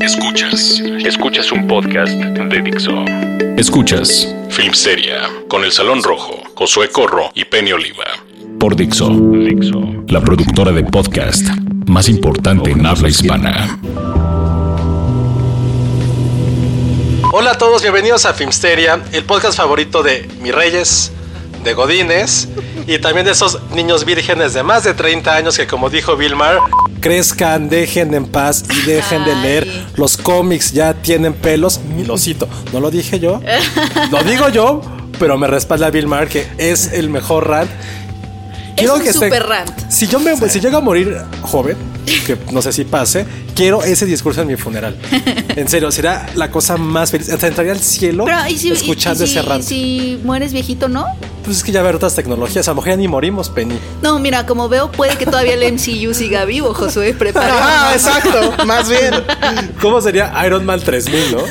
Escuchas, escuchas un podcast de Dixo. Escuchas Filmsteria con El Salón Rojo, Josué Corro y Penny Oliva. Por Dixo, Dixo, la productora de podcast más importante en habla hispana. Hola a todos, bienvenidos a Filmsteria, el podcast favorito de mis reyes, de Godines y también de esos niños vírgenes de más de 30 años que, como dijo Vilmar, crezcan, dejen en paz y dejen de leer. Los cómics ya tienen pelos. Y lo cito, no lo dije yo, lo digo yo, pero me respalda Vilmar que es el mejor rant. Es un que esté- super rant. Si yo me si llego a morir joven, que no sé si pase, quiero ese discurso en mi funeral. En serio, será la cosa más feliz. Hasta entraría al cielo Pero, ¿y si, y- escuchando y si- ese rant. y si mueres viejito, no? Pues es que ya ver otras tecnologías, a lo mejor ya ni morimos, Penny. No, mira, como veo, puede que todavía el MCU siga vivo, Josué. Ah, Prepara. exacto, más bien. ¿Cómo sería Iron Man 3000, no?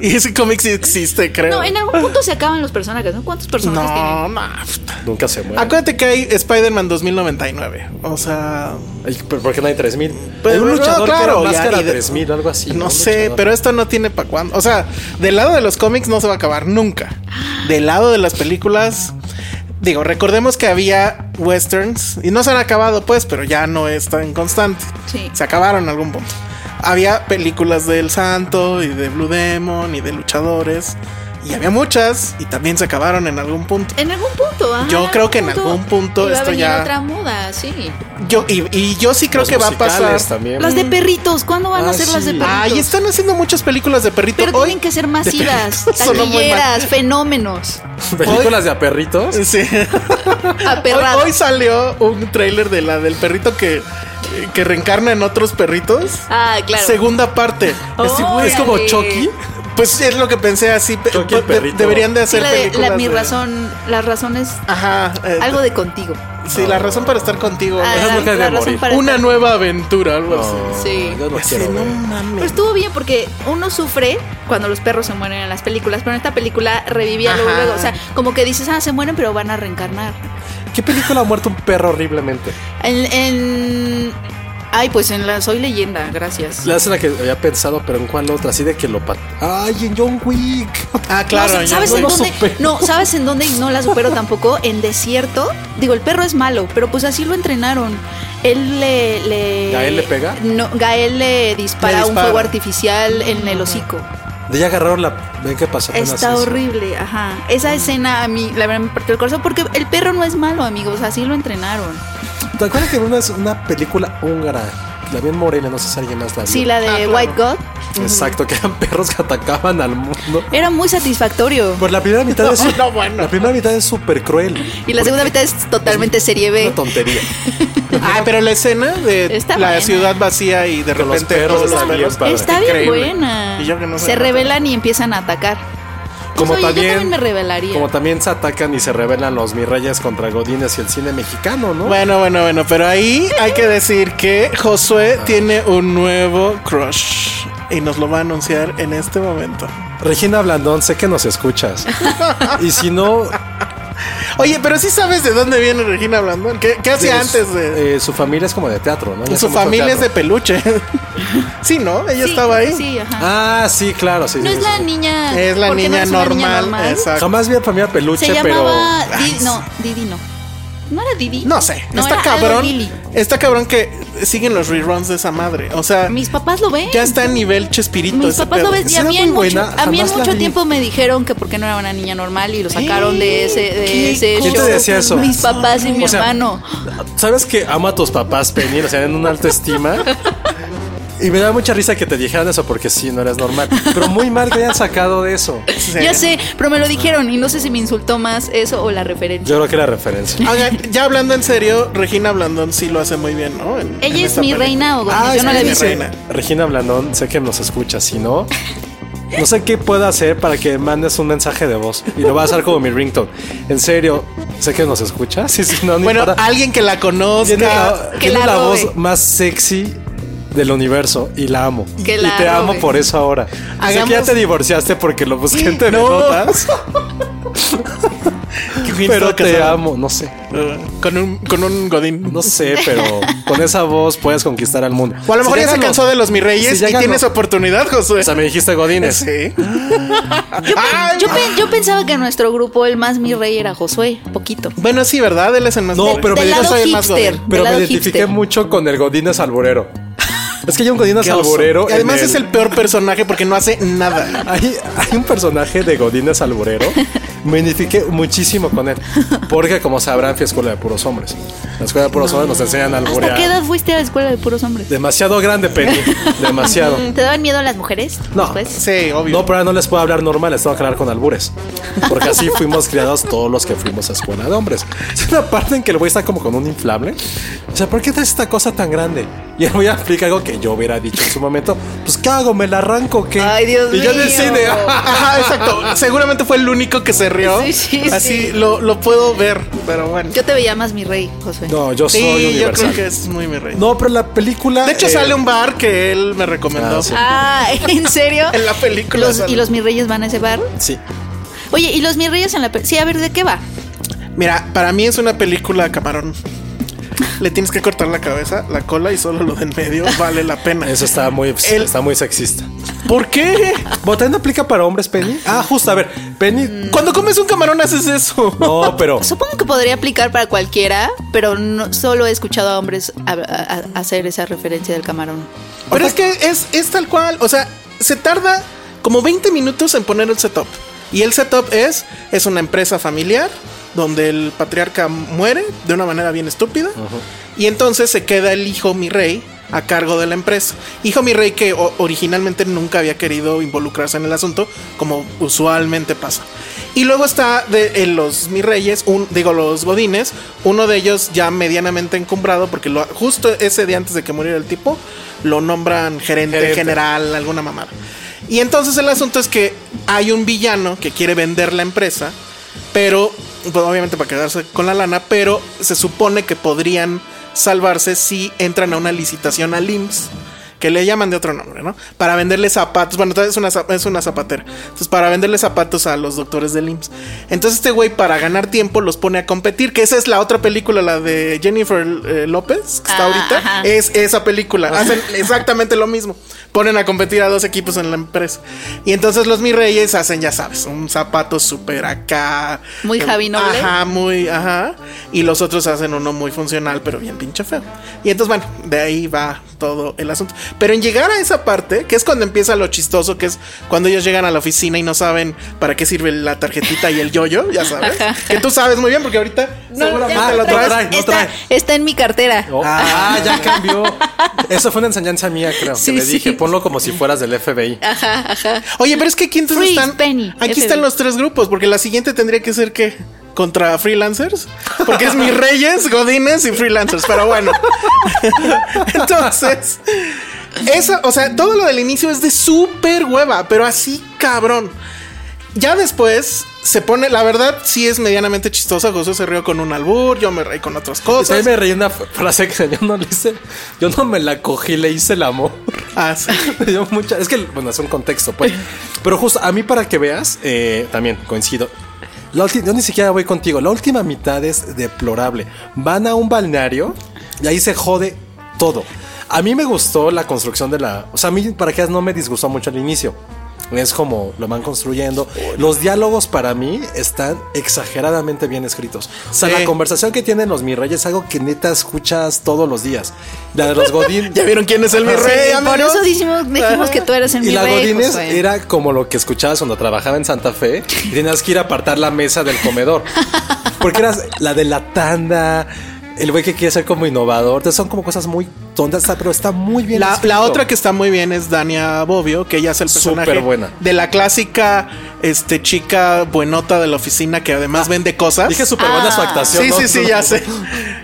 Y ese cómic sí existe, creo. No, en algún punto se acaban los personajes, ¿no? ¿Cuántos personajes tienen? No, no. pft. Nunca se muere. Acuérdate que hay Spider-Man 2099. O sea, Ay, ¿Pero por qué no hay 3000? Pero, Hay un no, luchador claro, que era ya, máscara y de- 3000, algo así. no Un sé, luchador. pero esto no tiene para cuándo. O sea, del lado de los cómics no se va a acabar nunca. Del lado de las películas, digo, recordemos que había westerns y no se han acabado, pues, pero ya no es tan constante. Sí. Se acabaron en algún punto. Había películas del Santo y de Blue Demon y de luchadores. Y había muchas y también se acabaron en algún punto. En algún punto, ajá, Yo creo que en algún punto iba a esto venir ya- Mm. otra moda, sí. Yo, y, y yo sí creo Los que va a musicales pasar. también. Las de perritos, ¿cuándo van Ah, a ser las de sí. perritos? Ay, están haciendo muchas películas de perrito Pero hoy. tienen que ser masivas, Sonó muy mal. taquilleras, fenómenos, ¿Películas de a perritos? Sí. Hoy, aperradas. hoy salió un tráiler de la del perrito que, que reencarna en otros perritos. Ah, claro. Segunda parte. Es, tipo- es como Órale. Chucky. Pues es lo que pensé así. pe- Chucky el de- perrito. deberían de Sí, hacer la de- películas. la- mi de- razón, las razones, Ajá. eh, algo de contigo. Sí, la razón para estar contigo. Ah, es la- mujer de la razón morir. para Una estar- nueva aventura, algo así. Sí. Yo no Así, quiero no ver. Pero mames. Pues estuvo bien porque uno sufre cuando los perros se mueren en las películas, pero en esta película revivía luego, Ajá. luego. O sea, como que dices, ah, se mueren, pero van a reencarnar. ¿Qué película ha muerto un perro horriblemente? En. en- Ay, pues en la Soy Leyenda, gracias. La es la que había pensado, pero ¿en cuál otra? Así de que lo pat... ¡Ay, en John Wick! Ah, claro. No, ya ¿Sabes no- en lo dónde? supero. No, ¿sabes en dónde? Y no la supero tampoco. En Desierto. Digo, el perro es malo, pero pues así lo entrenaron. Él le. le- ¿Gael le pega? No, Gael le dispara, Le un dispara. fuego artificial en el hocico. De ya agarraron la... ¿Ven qué pasó? apenas Está eso. horrible, ajá. Mm. Esa escena a mí, la verdad, me partió el corazón porque el perro no es malo, amigos. Así lo entrenaron. ¿Te acuerdas que una es una película húngara? La vi en Morena, no sé si alguien más la vio. Sí, la de Ah, claro. White God. Exacto, que eran perros que atacaban al mundo. Era muy satisfactorio. Por Pues la primera mitad es... No, bueno. La primera mitad es súper cruel. Y la segunda mitad es totalmente serie B. Una tontería. Ah, pero la escena de Está la buena. ciudad vacía y de Con los repente perros todos los está bien perros. padre. Está bien Increíble. buena. Y yo que no soy se rata. rebelan y empiezan a atacar. Como Pues, oye, también... yo también me rebelaría. Como también se atacan y se rebelan los mis reyes contra Godines y el cine mexicano, ¿no? Bueno, bueno, bueno, pero ahí hay que decir que Josué tiene un nuevo crush y nos lo va a anunciar en este momento. Regina Blandón, sé que nos escuchas. y si no, Oye, pero sí sabes de dónde viene Regina Blandón. ¿Qué, qué hacía Pues, antes de...? eh, su familia es como de teatro, ¿no? Ya su somos familia es de teatro. peluche. sí, ¿no? Ella Sí, estaba ahí. Sí, ajá. Ah, sí, claro, sí. no sí, es sí, la sí. niña. Es la ¿por qué no niña, es una normal, Exacto. Ah. Jamás vi a familia peluche, Se pero. llamaba. Di- no, Didi no. ¿No era Didi? No sé, No, está era cabrón. Aldo Lili. Está cabrón que siguen los reruns de esa madre. O sea, Mis papás lo ven. ya está a nivel Chespirito. Mis ese papás pedo. lo ves. Y a Será mí muy en mucho, buena, a mí en jamás la mucho vi. tiempo me dijeron que porque no era una niña normal y lo sacaron de ese, ¿Qué de ese ¿Quién te show. decía eso? Mis papás y mi O sea, hermano. ¿Sabes que amo a tus papás, Penny? O sea, en una alta estima. Y me da mucha risa que te dijeran eso porque sí, no eres normal. Pero muy mal que hayan sacado de eso. Sí. Ya sé, pero me lo dijeron y no sé si me insultó más eso o la referencia. Yo creo que era referencia. Oigan, ya hablando en serio, Regina Blandón sí lo hace muy bien, ¿no? En- en Ella es esta mi peli. reina o Ah, yo no es la he mi visto. reina. Regina Blandón, sé que nos escucha, si no. No sé qué puedo hacer para que mandes un mensaje de voz y lo va a hacer como mi ringtone. En serio, sé que nos escucha. Sí, sí, no, ni Bueno, para- alguien que la Tiene la, conozca. Que tiene la la robe. voz más sexy del universo y la amo. Que y la te amo robe. por eso ahora. Sé Hagamos- que ya te divorciaste porque lo busqué en Telenotas, pero te amo. No sé, Eh, Con un, con un Godín. no sé, pero con esa voz puedes conquistar al mundo. O a lo Si mejor ya se llegan cansó los- de los mi reyes si Pues, y llegan tienes los- oportunidad, Josué. O sea, me dijiste Godines. Sí. Yo, pe- yo pensaba que nuestro grupo, el más mi rey, era Josué, poquito. Bueno, sí, ¿verdad? Él es el más No, Godín. pero Del me- yo lado soy el más hipster. godín. del Pero me lado identifiqué hipster. mucho con el Godines alborero. Es que hay un Godines Qué oso. alborero. Y en además es el peor personaje porque no hace nada. Hay, hay un personaje de Godínez Alburero. Me identifiqué muchísimo con él. Porque, como sabrán, fui a escuela de puros hombres. En la escuela de puros hombres nos enseñan a ¿Hasta qué alburear. edad fuiste a la escuela de puros hombres? Demasiado grande, Penny. Demasiado. ¿Te daban miedo las mujeres? No. Después? Sí, obvio. No, pero ahora no les puedo hablar normal, les tengo que hablar con albures. Porque así fuimos criados todos los que fuimos a escuela de hombres. Es una parte en que el güey está como con un inflable. O sea, ¿por qué traes esta cosa tan grande? Y el güey aplica algo que yo hubiera dicho en su momento. Pues, ¿qué hago? ¿Me la arranco o qué? Ay, Dios y yo en el mío. cine, Ajá, exacto. Seguramente fue el único que se rió. Sí, sí, Así sí. Lo, lo puedo ver, pero bueno. Yo te veía más mi rey, Josué. No, yo soy sí, yo universal. creo que es muy mi rey. No, pero la película. de hecho, eh, sale un bar que él me recomendó. Ah, sí. Ah, ¿en serio? En la película Los- sale. ¿Y los mis reyes van a ese bar? Sí. Oye, ¿y los mis reyes en la pe- Sí, a ver, ¿de qué va? Mira, para mí es una película camarón. Le tienes que cortar la cabeza, la cola y solo lo de en medio vale la pena. Eso está muy, El- está muy sexista. ¿Por qué? ¿Vos no aplica para hombres, Penny? Ah, justo, a ver, Penny. Cuando comes un camarón haces eso. No, pero. Supongo que podría aplicar para cualquiera, pero no, solo he escuchado a hombres a- a- a- hacer esa referencia del camarón. Pero es que es, es tal cual. O sea, se tarda como 20 minutos en poner el setup. Y el setup es, es una empresa familiar donde el patriarca muere de una manera bien estúpida. Y entonces se queda el hijo mi rey a cargo de la empresa. Hijo mi rey que o- originalmente nunca había querido involucrarse en el asunto, como usualmente pasa. Y luego está de en los mis reyes, un, digo los bodines, uno de ellos ya medianamente encumbrado, porque lo- justo ese día antes de que muriera el tipo, lo nombran gerente, Gerente. general, alguna mamada. Y entonces el asunto es que hay un villano que quiere vender la empresa, pero, pues, obviamente para quedarse con la lana, pero se supone que podrían salvarse si entran a una licitación al IMSS. Que le llaman de otro nombre, ¿no? Para venderle zapatos. Bueno, entonces es una, zap- es una zapatera. Entonces, para venderle zapatos a los doctores del IMSS. Entonces, este güey, para ganar tiempo, los pone a competir. Que esa es la otra película, la de Jennifer eh, López, que está Ah, ahorita. ajá. Es esa película. Hacen exactamente lo mismo. Ponen a competir a dos equipos en la empresa. Y entonces los mis reyes hacen, ya sabes, un zapato súper acá. Muy Eh, Javi Noble. Ajá, muy, ajá. Y los otros hacen uno muy funcional, pero bien pinche feo. Y entonces, bueno, de ahí va todo el asunto. Pero en llegar a esa parte, que es cuando empieza lo chistoso, que es cuando ellos llegan a la oficina y no saben para qué sirve la tarjetita y el yoyo, ya sabes. Que tú sabes muy bien, porque ahorita seguramente ya lo no traes. trae, no está, trae. está en mi cartera. Oh, Ah, ya cambió. Eso fue una enseñanza mía, creo. Sí, que le sí. Ah. dije, ponlo como si fueras del FBI. Oye, pero es que aquí entonces Freeze, están. Penny, aquí FB. están los tres grupos, porque la siguiente tendría que ser que. Contra freelancers, porque es mis reyes, godines y freelancers, pero bueno. Entonces, eso, o sea, todo lo del inicio es de súper hueva, pero así cabrón. Ya después se pone, la verdad, sí es medianamente chistosa. José se rió con un albur, yo me reí con otras Pues ahí cosas. me reí una frase que yo no le hice. Yo no me la cogí, le hice el amor. Ah, sí. Me dio mucha- es que, bueno, es un contexto, pues. Pero justo a mí, para que veas, eh, también coincido. La ulti- yo ni siquiera voy contigo. La última mitad es deplorable. Van a un balneario y ahí se jode todo. A mí me gustó la construcción de la. O sea, a mí, para que veas, no me disgustó mucho al inicio. Es como lo van construyendo. Los diálogos para mí están exageradamente bien escritos. O sea, Sí. la conversación que tienen los mi reyes es algo que neta escuchas todos los días. La de los Godín. ¿Ya vieron quién es el mi rey, Por amigos? eso dijimos, dijimos que tú eres el Y mi la rey, Godínez Josué. era como lo que escuchabas cuando trabajaba en Santa Fe y tenías que ir a apartar la mesa del comedor. Porque eras la de la tanda, el güey que quiere ser como innovador. Entonces son como cosas muy tontas, pero está muy bien. La, escrito. la otra que está muy bien es Dania Bobbio, que ella es el personaje Superbuena. de la clásica este, chica buenota de la oficina que además vende cosas. Dije súper buena Ah. su actuación. sí, ¿no? sí, sí, No, ya no. sé.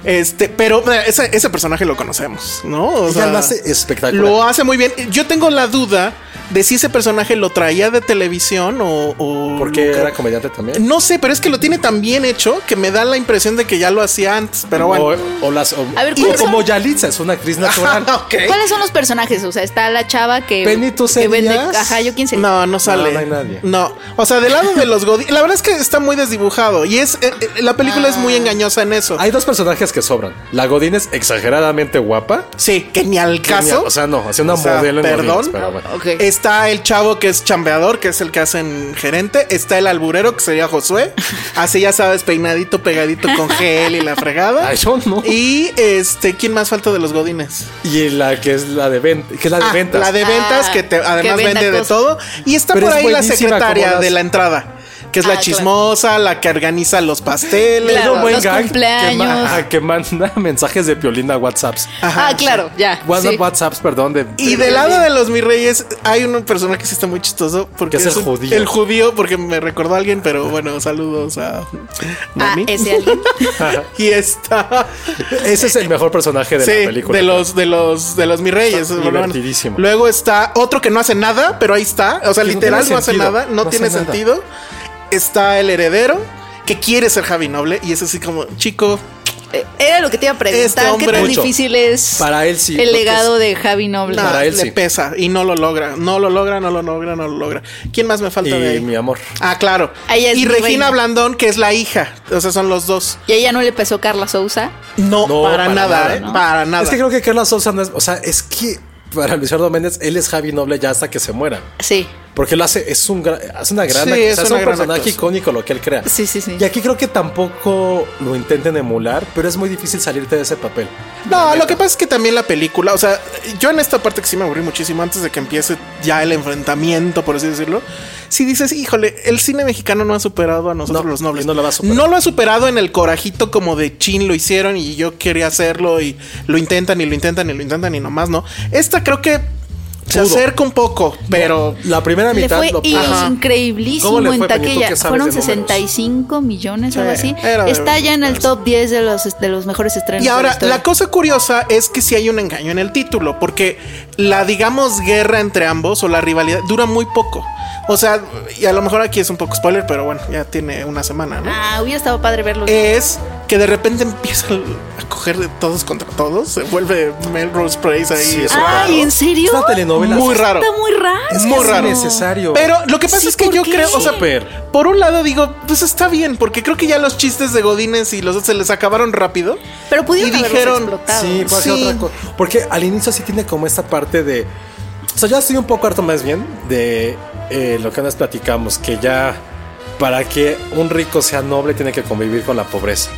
Este, pero bueno, ese, ese personaje lo conocemos, ¿no? O Ella lo hace espectacular. Lo hace muy bien. Yo tengo la duda de si ese personaje lo traía de televisión o. o Porque lo- era comediante también. No sé, pero es que lo tiene tan bien hecho que me da la impresión de que ya lo hacía antes. Pero bueno. O, o las, o- A ver, o ¿cuáles como son? Yalitza, es una actriz Oh, natural. Ok. ¿Cuáles son los personajes? O sea, está la chava que, Penny, ¿tú que vende. serías? Ajá, yo quién sería. No, no sale. No, no hay nadie. No. O sea, del lado de los Godín. La verdad es que está muy desdibujado. Y es. eh, eh, la película es Ah. muy engañosa en eso. Hay dos personajes que sobran. La Godín es exageradamente guapa. sí, que ni al caso. O sea, no, hacía una O sea, modelo en perdón. Godínez, pero bueno. Ok. Está el chavo que es chambeador, que es el que hacen gerente. Está el alburero, que sería Josué. Así ya sabes, peinadito, pegadito con gel y la fregada. Ay, yo no. Y este, ¿quién más falta de los godines? Y la que es la de venta, que es la de Ah, ventas. La de Ah, ventas, que te- además que venda vende de cosas. todo. Y está Pero por es ahí la buenísima, secretaria como las- de la entrada, que es Ah, la claro. chismosa, la que organiza los pasteles. Claro, Era un buen los gag Que, cumpleaños. ma- ajá, que manda mensajes de piolín a WhatsApps. Ajá, ah, claro, ya. Whats- sí. WhatsApps, perdón. De, Y del lado de los mis reyes hay un personaje que sí está muy chistoso porque Que es el un- judío. El judío porque me recordó a alguien, pero bueno, saludos a Ah, Nami. ese alguien. y está Ese es el mejor personaje de sí, la película. de los de los de los mis reyes. Está por lo menos. divertidísimo. Luego está otro que no hace nada, pero ahí está, o sea, Que no literal no, tiene hace sentido, nada, no, no tiene hace nada. sentido. Está el heredero que quiere ser Javi Noble y es así como chico. Eh, Era lo que te iba a preguntar. Este ¿Qué tan hombre- difícil es Para él sí, el porque legado de Javi Noble? nah, Para él ah, le sí. pesa y no lo logra, no lo logra, no lo logra, no lo logra. ¿Quién más me falta de Y ahí? mi amor. Ah, claro. Ella es y mi Regina reina. Blandón, que es la hija. O sea, son los dos. Y a ella no le pesó Carla Sousa. No, No, para, para nada, nada, ¿eh? ¿no? Para nada. Es que creo que Carla Sosa no es. O sea, es que para Luis Eduardo Méndez, él es Javi Noble ya hasta que se muera. Sí. Porque lo hace, es un gran, hace una gran, act- Sí, o sea, es es una un gran personaje actuación. icónico lo que él crea. Sí, sí, sí. Y aquí creo que tampoco lo intenten emular, pero es muy difícil salirte de ese papel. No, lo que pasa es que también la película, o sea, yo en esta parte que sí me aburrí muchísimo antes de que empiece ya el enfrentamiento, por así decirlo, si dices, híjole, el cine mexicano no ha superado a nosotros No, los nobles. y no lo va a superar. No lo ha superado en el corajito como de chin lo hicieron y yo quería hacerlo y lo intentan y lo intentan y lo intentan y nomás no. Esta creo que se Pudo. acerca un poco, pero... La primera Le mitad fue lo Ajá. increíblísimo ¿Cómo le fue, en Penny? ¿Tú taquilla. qué sabes Fueron de números? 65 millones, algo Sí, así. era de- Está ya en el top 10 de los, de los mejores estrenos. Y de la ahora, historia. la cosa curiosa es que sí hay un engaño en el título, porque la, digamos, guerra entre ambos o la rivalidad dura muy poco. O sea, y a lo mejor aquí es un poco spoiler, pero bueno, ya tiene una semana, ¿no? Ah, hubiera estado padre verlos. Es que de repente empiezan a coger de todos contra todos, se vuelve Melrose Place ahí. Sí, es eso. raro. Ay, ¿en serio? Es una telenovela. Muy raro. Está muy raro. Es que muy es raro. innecesario. Pero lo que pasa Sí, es que ¿por yo qué? creo, o sea, Súper. por un lado digo, pues está bien, porque creo que ya los chistes de Godínez y los otros se les acabaron rápido. Pero pudieron y haberlos dijeron, explotado. Sí, puede ser Sí. otra cosa. Porque al inicio sí tiene como esta parte de. O sea, ya estoy un poco harto más bien de eh, lo que nos platicamos, que ya para que un rico sea noble tiene que convivir con la pobreza.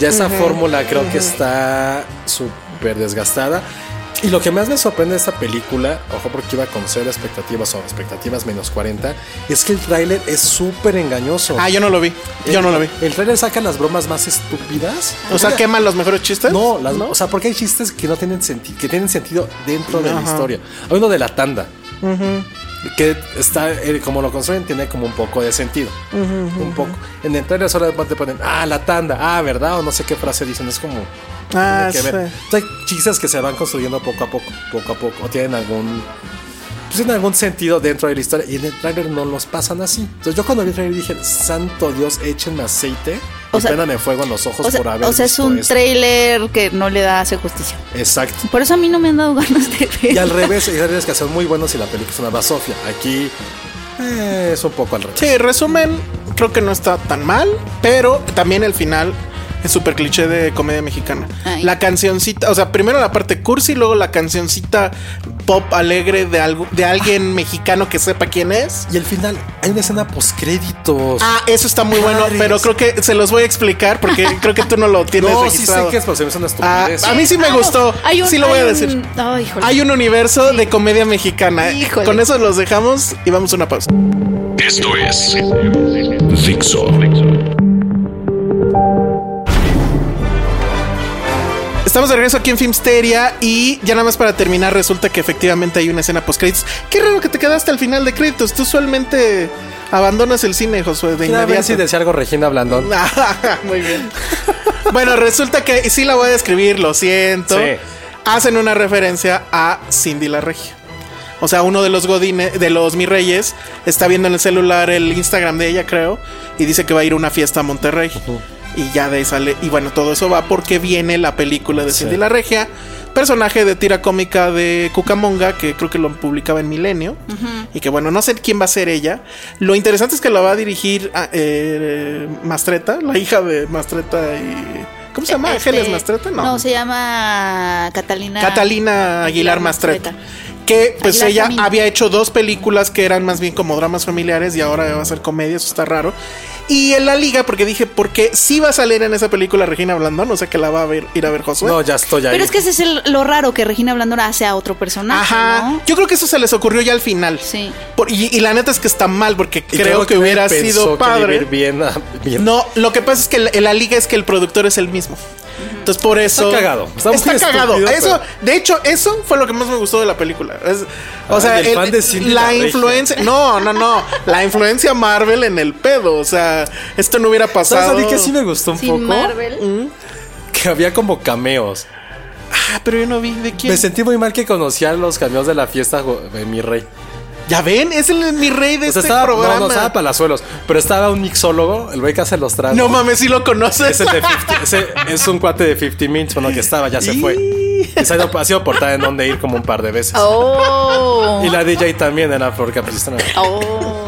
Ya esa fórmula creo que está súper desgastada. Y lo que más me sorprende de esta película, ojo porque iba con cero expectativas o expectativas menos 40, es que el tráiler es súper engañoso. Ah, yo no lo vi. Yo no lo vi. El tráiler saca las bromas más estúpidas. O sea, queman los mejores chistes. No, las no. O sea, porque hay chistes que no tienen sentido, que tienen sentido dentro de la Ajá. historia. Hay uno de la tanda. Que está, eh, como lo construyen, tiene como un poco de sentido. Un poco. En el trailer solo te ponen, ah, la tanda, ah, ¿verdad? O no sé qué frase dicen. Es como. Ah, tiene que ver. sí. Entonces, hay chistes que se van construyendo poco a poco, poco a poco. O tienen algún. Pues tienen algún sentido dentro de la historia. Y en el trailer no los pasan así. Entonces, yo cuando vi el trailer dije, santo Dios, échenme aceite. O y sea- préndanme fuego en los ojos o sea, por haber o sea, es visto un esto". trailer que no le da hace justicia. Exacto. Por eso a mí no me han dado ganas de ver. Y al revés, hay series que son muy buenos y la película es una basofia. Aquí eh, es un poco al revés. Sí, resumen, creo que no está tan mal, pero también el final Es súper cliché de comedia mexicana. Ay. La cancioncita, o sea, primero la parte cursi, y luego la cancioncita pop alegre de, algo, de alguien mexicano que sepa quién es. Y al final hay una escena postcréditos. Ah, eso está muy bueno, Madres. pero creo que se los voy a explicar porque creo que tú no lo tienes no, sí registrado. sé que es, pero se me hace una Ah, estupidez. a mí sí me Ah, no. gustó. Hay un- sí lo voy a hay decir. un- ay, híjole. Hay un universo de comedia mexicana. Híjole. Con eso los dejamos y vamos a una pausa. Esto es Dixo. Estamos de regreso aquí en Filmsteria y ya nada más para terminar resulta que efectivamente hay una escena post créditos. Qué raro que te quedaste al final de créditos. Tú usualmente abandonas el cine, Josué, de Quiero ver si inmediato. decía algo Regina Blandón. Muy bien. bueno, resulta que sí la voy a describir, lo siento. Sí. Hacen una referencia a Cindy la Regia. O sea, uno de los Godine, de los Mi Reyes, está viendo en el celular el Instagram de ella, creo, y dice que va a ir a una fiesta a Monterrey. Y ya de ahí sale. Y bueno, todo eso va porque viene la película de Cindy la Regia, personaje de tira cómica de Cucamonga, que creo que lo publicaba en Milenio. Y que bueno, no sé quién va a ser ella. Lo interesante es que la va a dirigir a- eh, Mastreta, la hija de Mastreta y. ¿Cómo se llama? Este, ¿Ángeles Mastreta? No. se llama Catalina. Catalina Aguilar Mastreta. Que pues Ah, Aguilar ella Camín. había hecho dos películas que eran más bien como dramas familiares y ahora va a ser comedia, eso está raro. Y en la liga, porque dije, porque sí va a salir en esa película Regina Blandón, o sea que la va a ver, ir a ver Josué. No, ya estoy ahí. Pero es que ese es el- lo raro que Regina Blandora hace a otro personaje. Ajá. ¿no? Yo creo que eso se les ocurrió ya al final. Sí. Por- y, y la neta es que está mal, porque Y creo que nadie hubiera pensó sido que padre. vivir bien, ah, bien. No, lo que pasa es que la, la liga es que el productor es el mismo. Entonces por eso cagado. Está muy Está cagado. estúpido, Eso, de hecho, eso fue lo que más me gustó de la película. Es- o Ah, sea, del el- fan de Cindy la la Regia. influencia. No, no, no. La influencia Marvel en el pedo. O sea, esto no hubiera ¿Sabes a pasado. mí que sí me gustó un Sin poco? Marvel. Mm. Que había como cameos. Ah, pero yo no vi de quién. Me sentí muy mal que conocía los cameos de la fiesta jo- de mi rey. ya ven, es el, mi rey de O sea, este estaba, no, programa. no, estaba Palazuelos, pero estaba un mixólogo, el güey que hace los tragos. No mames, si lo Es, conoces. el de 50 ese es un cuate de 50 Minutes, bueno, que estaba, ya se fue. Y se ha ido- ha sido portada en donde ir como un par de veces. Oh. Y la DJ también era pues, Flor Capistrano. Oh.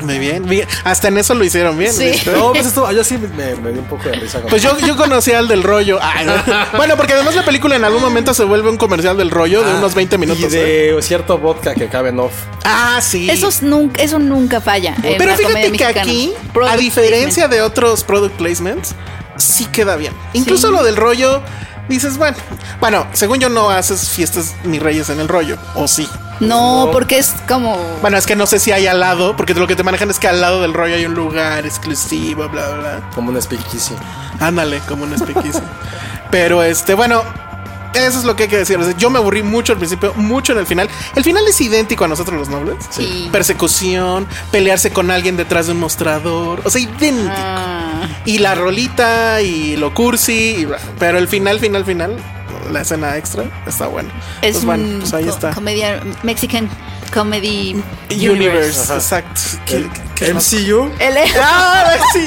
Muy bien, bien. Hasta en eso lo hicieron bien. Sí. ¿viste? No, pues esto, yo sí me, me dio un poco de risa. como- Pues yo, yo conocí al del rollo. Ay, no. bueno, porque además la película en algún momento se vuelve un comercial del rollo de Ah, unos 20 minutos. Y ¿eh? de cierto vodka que cabe en off. Ah, sí. Esos nunca, eso nunca falla. en Pero la fíjate comedia que mexicana. aquí, Product a diferencia placement. de otros product placements, sí queda bien. Incluso lo del rollo, dices, bueno, bueno, según yo no haces fiestas ni reyes en el rollo, o sí. No, porque es como. Bueno, es que no sé si hay al lado, porque lo que te manejan es que al lado del rollo hay un lugar exclusivo, bla, bla, bla. Como un speakeasy. Ándale, como un speakeasy. Pero este, bueno, eso es lo que hay que decir. O sea, yo me aburrí mucho al principio, mucho en el final. El final es idéntico a nosotros los nobles. Sí. Persecución, pelearse con alguien detrás de un mostrador. O sea, idéntico. Ah, Y la rolita y lo cursi. y bla. pero el final, final, final, la escena extra está buena. es pues bueno, un pues ahí co- está. comedia Mexican Comedy Universe, Universe. exacto. ¿Qué- qué- MCU. El Ah, sí.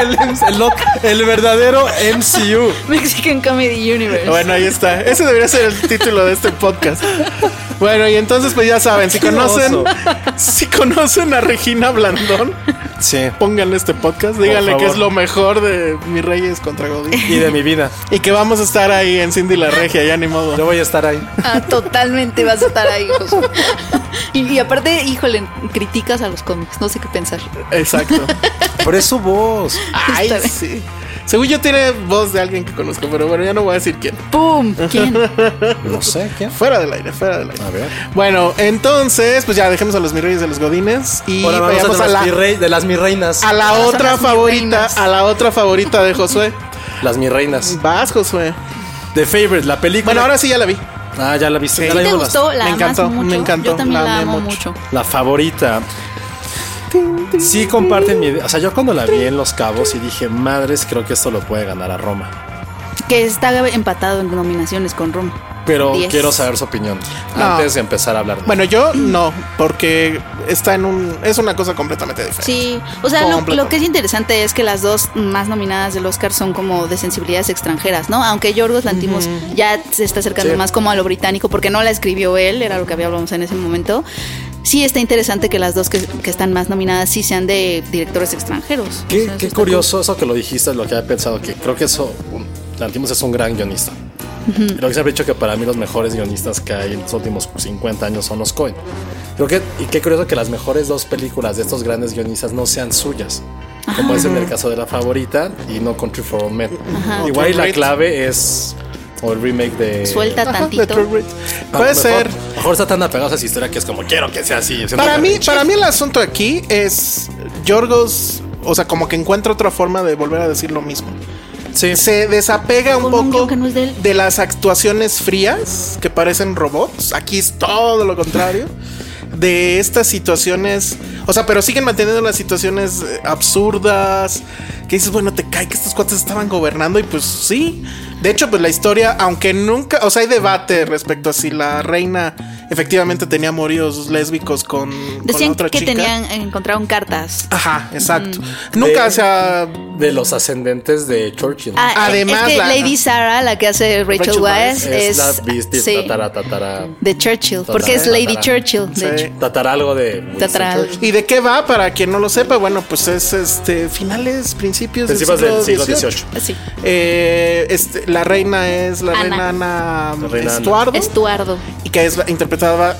El, el lo- el verdadero MCU. Mexican Comedy Universe. Bueno, ahí está. Ese debería ser el título de este podcast. Bueno, y entonces pues ya saben, si conocen, oso. si conocen a Regina Blandón, Sí. pónganle este podcast, díganle que favor. es lo mejor de Mis Reyes contra Godín. Y de mi vida. Y que vamos a estar ahí en Cindy la Regia, ya ni Yo modo. voy a estar ahí. Ah, totalmente vas a estar ahí, Josué. Y, y aparte, híjole, criticas a los cómics, no sé qué pensar. Exacto. Por eso vos. Ay, Está bien. sí. Según yo tiene voz de alguien que conozco, pero bueno, ya no voy a decir quién. ¡Pum! ¿Quién? No sé, ¿quién? Fuera del aire, fuera del aire. A ver. Bueno, entonces, pues ya dejemos a los mis reyes de los godines y Ahora vamos vayamos a, a de, las la, mirrei- de las mirreinas. a la Ahora son otra las favorita, virreinas. a la otra favorita de Josué. Las mirreinas. Vas, Josué. The Favorite, la película. Bueno, ahora sí ya la vi. Ah, ya la viste. Sí. ya ¿Te la vimos. gustó? ¿La Me amas encantó, mucho? me encantó, Yo también la la amé amo mucho. mucho. La favorita. Sí, comparten mi. O sea, yo cuando la vi en Los Cabos y dije, madres, creo que esto lo puede ganar a Roma. Que está empatado en nominaciones con Rom. Pero Diez. quiero saber su opinión No. antes de empezar a hablar. de- Bueno, yo no, porque está en un. Es una cosa completamente diferente. Sí, o sea, lo, Completo. lo que es interesante es que las dos más nominadas del Oscar son como de sensibilidades extranjeras, ¿no? Aunque Yorgos Lantimos ya se está acercando Sí. más como a lo británico porque no la escribió él, era lo que habíamos en ese momento. sí está interesante que las dos que, que están más nominadas sí sean de directores extranjeros. O Qué, sea, eso qué está curioso eso que lo dijiste, lo que había pensado, que creo que eso, um, Tarantino es un gran guionista. Creo que se ha dicho que para mí los mejores guionistas que hay en los últimos 50 años son los Cohen. Creo que, y qué curioso que las mejores dos películas de estos grandes guionistas no sean suyas. Como es en el caso de la favorita y no Country for All Men. Igual y la Great. clave es. O el remake de. cool. Suelta Ajá, de True tantito. Grit. Ah, Puede mejor- ser. Mejor está tan apegado a esa historia que es como quiero que sea así. Para mí, para mí el asunto aquí es Yorgos, o sea, como que encuentra otra forma de volver a decir lo mismo. Sí. Se desapega un Con un poco guion que no es de él. las actuaciones frías que parecen robots. Aquí es todo lo contrario. De estas situaciones, o sea, pero siguen manteniendo las situaciones eh, absurdas. Que dices, bueno, te cae que estos cuates estaban gobernando. Y pues sí. De hecho, pues la historia, aunque nunca, o sea, hay debate respecto a si la reina efectivamente tenía moríos lésbicos con, con Decían la otra que chica. tenían Mm. encontraron cartas. Ajá, exacto. Nunca De- se ha De los ascendentes de Churchill. Ah, Además, es que la- Lady Sarah, la que hace Rachel, Rachel es, Weisz, es, la viste, sí, tatara, tatara. de Churchill, Tatara, porque es Lady tatara. Churchill, de Sí. hecho. Tatara algo de. Tatara. Churchill. ¿Y de qué va? Para quien no lo sepa, bueno, pues es este finales, principios, Principios del siglo XVIII. XVIII. Sí. Eh, este, la reina es la Ana. reina Ana La reina Ana. Estuardo, Estuardo. y que es la- interpretada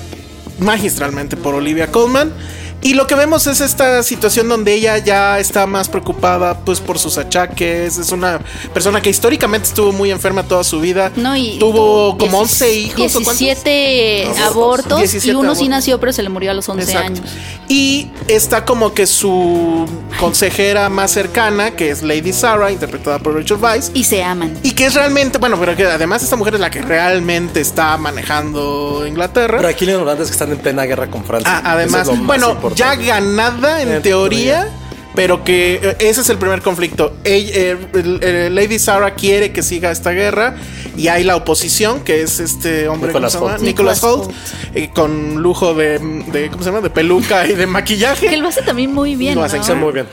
magistralmente por Olivia Colman. Y lo que vemos es esta situación donde ella ya está más preocupada pues por sus achaques. Es una persona que históricamente estuvo muy enferma toda su vida. No, y tuvo como 11 dieci- hijos. ¿o cuántos? 17 Abortos. abortos 17 y uno sí abortos. nació, pero se le murió a los 11 Exacto. años. Y está como que su consejera más cercana, que es Lady Sarah, interpretada por Rachel Weisz. Y se aman. Y que es realmente, bueno, pero que además esta mujer es la que realmente está manejando Pero Inglaterra. aquí lo importante es que están en plena guerra con Francia. Ah, además, Eso es lo más bueno, ya importante. ganada en En teoría, pero que eh, ese es el primer conflicto. Ella- eh, el- el- Lady Sarah quiere que siga esta guerra y hay la oposición, que es este hombre, ¿cómo Nicholas se llama? Hoult. Nicholas Nicholas Holt, eh, con lujo de, de, ¿cómo se llama? De peluca y de maquillaje. Que lo hace también muy bien. Lo ¿no? hace Sí, muy bien.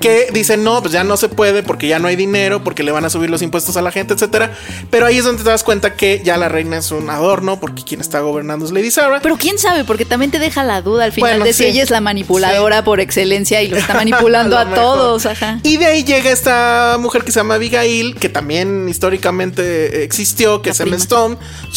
que dicen no, pues ya no se puede porque ya no hay dinero, porque le van a subir los impuestos a la gente, etcétera. Pero ahí es donde te das cuenta que ya la reina es un adorno porque quien está gobernando es Lady Sarah. Pero quién sabe, porque también te deja la duda al final Bueno, de si sí. ella es la manipuladora por excelencia y lo está manipulando a, lo mejor. todos. Ajá. Y de ahí llega esta mujer que se llama Abigail, que también históricamente existió, que La es Emma prima. Stone,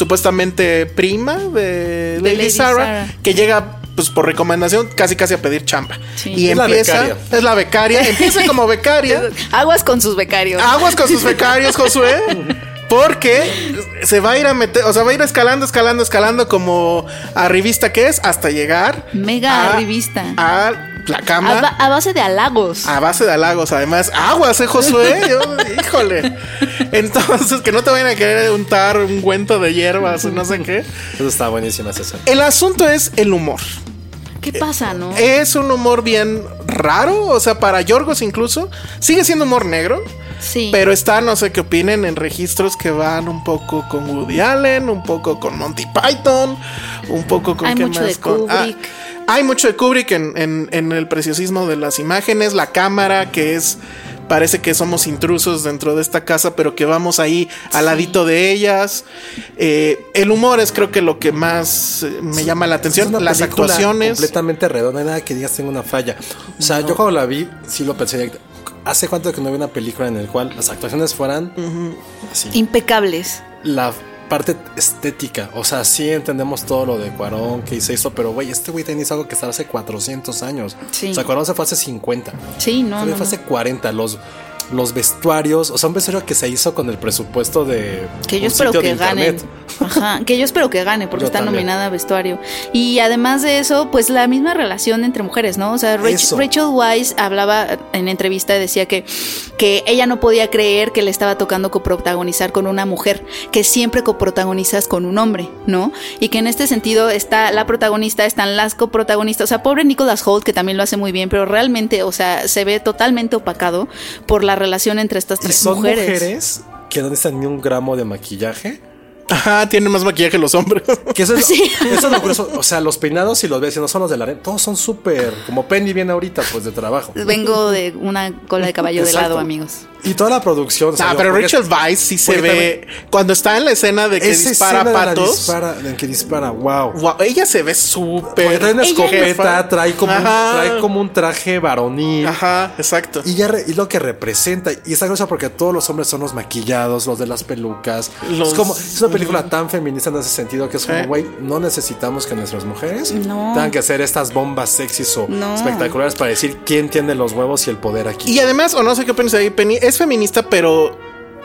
supuestamente prima de Lady, Lady Sarah, Sarah. que llega pues por recomendación casi casi a pedir chamba. Sí. Y Es la empieza, becaria. es la becaria, empieza como becaria. Aguas con sus becarios. Aguas con sus becarios, Josué. Porque se va a ir a meter, o sea, va a ir escalando, escalando, escalando como arribista que es hasta llegar. Mega arribista. A la a, ba- cama. a base de halagos. A base de halagos, además. Aguas, eh, Josué. Yo- híjole. Entonces, que no te vayan a querer untar un cuento de hierbas o no sé qué. Eso está buenísima esa escena. El asunto es el humor. ¿Qué pasa, no? Es un humor bien raro, o sea, para Yorgos incluso. Sigue siendo humor negro. sí. Pero está, no sé qué opinen, en registros que van un poco con Woody Allen, un poco con Monty Python, un poco con... Hay ¿qué mucho más? de Con- ah, Kubrick. hay mucho de Kubrick en, en- en el preciosismo de las imágenes, la cámara que es... Parece que somos intrusos dentro de esta casa, pero que vamos ahí al ladito de ellas. Eh, el humor es creo que lo que más eh, me llama la atención. Es una Las película actuaciones. Completamente redonda, nada que digas tengo una falla. O sea, yo cuando la vi, sí lo pensé. directo. ¿Hace cuánto que no vi una película en la cual las actuaciones fueran así? Impecables. la parte estética. O sea, sí entendemos todo lo de Cuarón que hizo esto, pero güey, este güey tenía algo que estar hace 400 años. Sí. O sea, Cuarón se fue hace 50. Sí, no. Se no, fue no. hace 40. Los, los vestuarios, o sea, un vestuario que se hizo con el presupuesto de. Que yo un espero sitio de que gane. internet. Ajá, que yo espero que gane porque Yo está también. nominada a vestuario. Y además de eso, pues la misma relación entre mujeres, ¿no? O sea, Rach- Eso. Rachel, Weisz hablaba en entrevista y decía que, que ella no podía creer que le estaba tocando coprotagonizar con una mujer, que siempre coprotagonizas con un hombre, ¿no? Y que en este sentido está la protagonista, están las coprotagonistas. O sea, pobre Nicholas Holt, que también lo hace muy bien, pero realmente, o sea, se ve totalmente opacado por la relación entre estas Y tres son mujeres. mujeres. que no necesitan ni un gramo de maquillaje. Ajá, tienen más maquillaje que los hombres. Que eso es, Sí. eso es lo curioso. O sea, los peinados y los ves, y no son los de la arena. Todos son súper. Como Penny viene ahorita, pues de trabajo. Vengo de una cola de caballo de Exacto. lado, amigos. Y toda la producción. o sea, Ah, digo, pero porque- Rachel Vice sí se porque ve. Cuando está en la escena de que Esa dispara escena de la patos. dispara- en que dispara, wow. guau, ella se ve Porque súper. trae una Ella no- escopeta, trae como, un, Ajá. trae como un traje varonil. Ajá, exacto. Y ya re- y lo que representa. Y está gruesa porque todos los hombres son los maquillados, los de las pelucas. Los- Eh. Es como, es una película tan feminista en ese sentido que es como, Sí. güey, no necesitamos que nuestras mujeres No. tengan que hacer estas bombas sexys o No. espectaculares para decir quién tiene los huevos y el poder aquí. Y además, o no sé qué opinas ahí, Penny, es feminista, pero,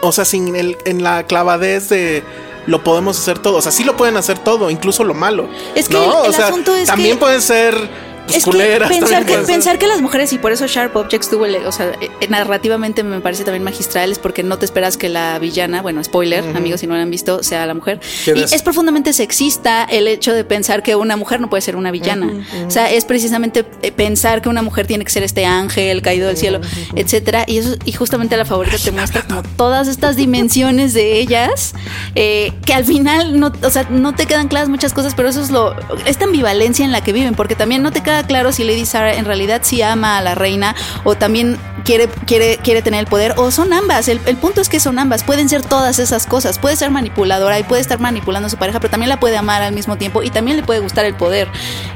o sea, sin el, en la clavadez de lo podemos hacer todo. O sea, sí lo pueden hacer todo, incluso lo malo. Es que el- el asunto es también que- pueden ser pues, Es que culeras. pensar, también que pueden ser- pensar que las mujeres, y por eso Sharp Objects tuvo, el- o sea, eh, narrativamente me parece también magistral, es porque no te esperas que la villana, bueno, spoiler, amigos, si no la han visto, sea la mujer. ¿Quién Y es? es? profundamente sexista el hecho de pensar que una mujer no puede ser una villana. O sea, es precisamente eh, pensar que una mujer tiene que ser este ángel caído del cielo, etcétera. Y eso, y justamente la favorita te muestra como todas estas dimensiones de ellas, eh, que al final no, o sea, no te quedan claras muchas cosas, pero eso es lo, esta ambivalencia en la que viven, porque también no te queda claro si Lady Sarah en realidad sí ama a la reina o también quiere, quiere, quiere tener el poder, o son ambas. El, el punto es que son ambas, pueden ser todas esas cosas. Puede ser manipuladora y puede estar manipulando a su pareja, pero también la puede amar al mismo tiempo y también le puede gustar el poder.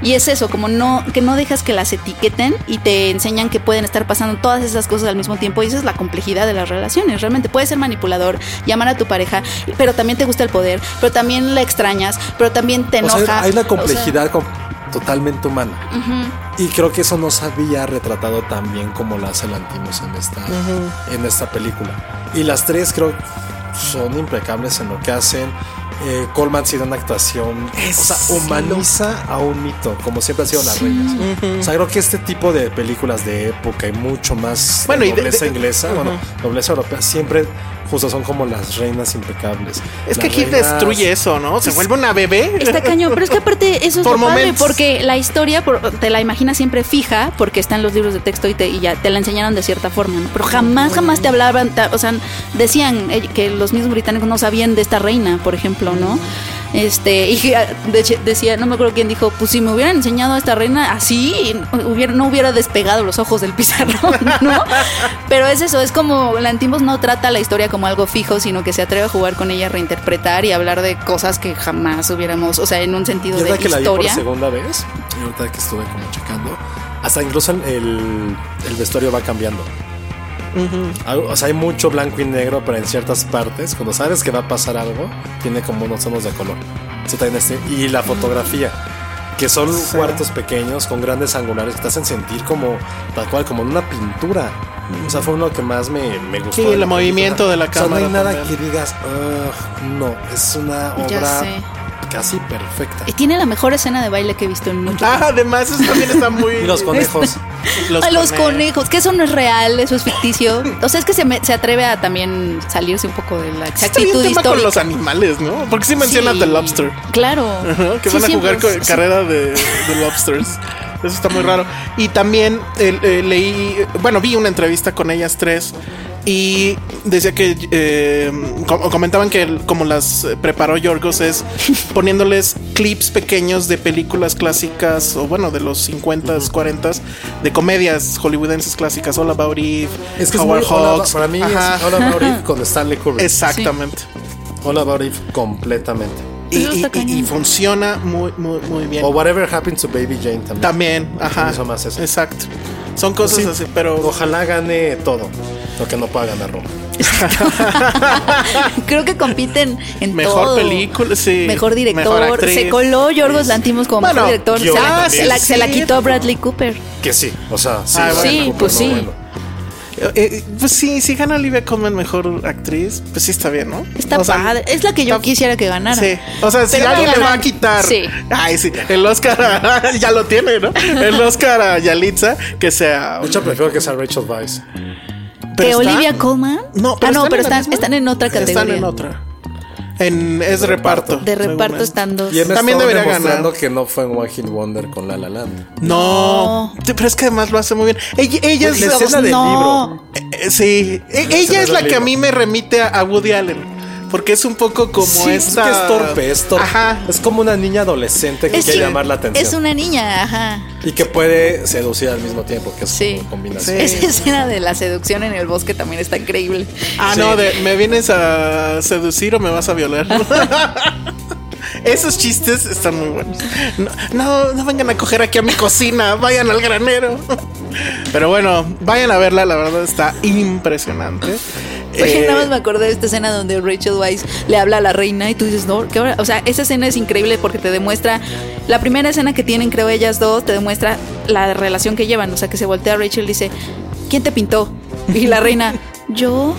Y es eso, como no, que no dejas que las etiqueten y te enseñan que pueden estar pasando todas esas cosas al mismo tiempo. Y esa es la complejidad de las relaciones. Realmente puedes ser manipulador, llamar a tu pareja, pero también te gusta el poder, pero también la extrañas, pero también te O sea, enoja. hay O una sea, complejidad com- totalmente humana. Y creo que eso no se había retratado tan bien como la hace Lantimos en esta, en esta película. Y las tres creo son impecables en lo que hacen. Eh, Coleman sido una actuación, o sea, humaniza a un mito, como siempre ha sido las reinas. O sea, creo que este tipo de películas de época y mucho más Bueno, de y de- nobleza de- inglesa, bueno, nobleza europea, siempre justo son como las reinas impecables. Es que Las aquí reinas- destruye eso, ¿no? Se vuelve una bebé. Está cañón, pero es que aparte eso es Por lo padre, momentos. porque la historia por- te la imaginas siempre fija, porque está en los libros de texto y, te, y ya te la enseñaron de cierta forma, ¿no? pero jamás, jamás te hablaban, ta- o sea, decían eh, que los mismos británicos no sabían de esta reina, por ejemplo, ¿no? Este, y que, ah, de- decía, no me acuerdo quién dijo, pues si me hubieran enseñado a esta reina así, hubiera, no hubiera despegado los ojos del pizarrón, ¿no? Pero es eso, es como Lantimos no trata la historia como algo fijo, sino que se atreve a jugar con ella, reinterpretar y hablar de cosas que jamás hubiéramos, o sea, en un sentido Y de ahorita que la vi por historia. segunda vez, y ahorita que estuve como checando, hasta incluso el, el, el vestuario va cambiando. Algo- O sea, hay mucho blanco y negro, pero en ciertas partes, cuando sabes que va a pasar algo, tiene como unos tonos de color. Eso también es- y la fotografía, que son cuartos pequeños con grandes angulares que te hacen sentir como tal cual, como en una pintura. O sea, fue uno que más me, me gustó. Sí, de el la movimiento de la O sea, no hay cámara nada también. que digas, "Ugh, no, es una Ya obra sé. casi perfecta. Y tiene la mejor escena de baile que he visto en mucho tiempo. Ah, además, eso también está muy. Y los conejos. Los, los cone- conejos, que eso no es real, eso es ficticio. O sea, es que se, me- se atreve a también salirse un poco de la Está bien exactitud tema histórica. con los animales, ¿no? Porque sí mencionas Sí, The Lobster. Claro. Ajá, que Sí, van a sí, jugar pues, con- sí. carrera de, de lobsters. Eso está muy raro. Y también eh, eh, leí, bueno, vi una entrevista con ellas tres y decía que eh, com- comentaban que el- como las eh, preparó Yorgos es poniéndoles clips pequeños de películas clásicas o bueno, de los 50s, 40s, de comedias hollywoodenses clásicas, All About Eve, Es que Howard es muy All About- Hawks. para mí Ajá. es All About Eve con Stanley Kubrick. Exactamente. All About Eve completamente. Y, Eso está y- y- y cañón. funciona muy, muy, muy bien. O Whatever Happened to Baby Jane también. También, ajá. Hizo más eso. Exacto. Son cosas Sí. así, pero. Ojalá gane todo. Lo que no pueda ganar Roma. Creo que compiten en Mejor todo. película, sí. Oh. Mejor director. Mejor actriz. Pues, se coló Yorgos Lantimos como Bueno, mejor director. Se guion la, también. se la- Sí. pues, se la quitó Bradley Cooper. Que sí. O sea, sí. Ah, gana sí, Cooper, pues no, sí. bueno. Eh, eh, pues sí, si gana Olivia Colman mejor actriz, pues sí está bien, ¿no? Está O sea, padre. Es la que yo está- quisiera que ganara. Sí. O sea, si Pero alguien no le va a ganan. quitar. Sí. Ay, sí. El Oscar a- ya lo tiene, ¿no? El Oscar a Yalitza, que sea. De hecho, prefiero que sea Rachel Vice. ¿Que está- Olivia Colman? No, ah, pero no, están pero en la están, misma. están en otra categoría. Están en otra. En, es de reparto. De según reparto esto. están dos. Y Emma Pues También Stone debería demostrando ganar. que no fue un One Hit Wonder con La La Land. No. No. Pero es que además lo hace muy bien. Ella, ella es La la- escena del No. libro. Eh, eh, sí, E- ella me es da la el que a libro. mí me remite a, a Woody Allen. Porque es un poco como Sí, esta. Es que es torpe, es torpe. Ajá. Es como una niña adolescente que Es quiere que- llamar la atención. Es una niña, ajá. Y que puede seducir al mismo tiempo, que es Sí. una combinación. Sí. Esa escena de la seducción en el bosque también está increíble. Ah, Sí. no, de me vienes a seducir o me vas a violar. Esos chistes están muy buenos. No, no, no vengan a coger aquí a mi cocina, vayan al granero. Pero bueno, vayan a verla, la verdad está impresionante. Oye, Eh, nada más me acordé de esta escena donde Rachel Weisz le habla a la reina y tú dices, no, ¿qué hora? O sea, esa escena es increíble porque te demuestra, la primera escena que tienen, creo ellas dos, te demuestra la relación que llevan. O sea, que se voltea a Rachel y dice, ¿quién te pintó? Y la reina, yo,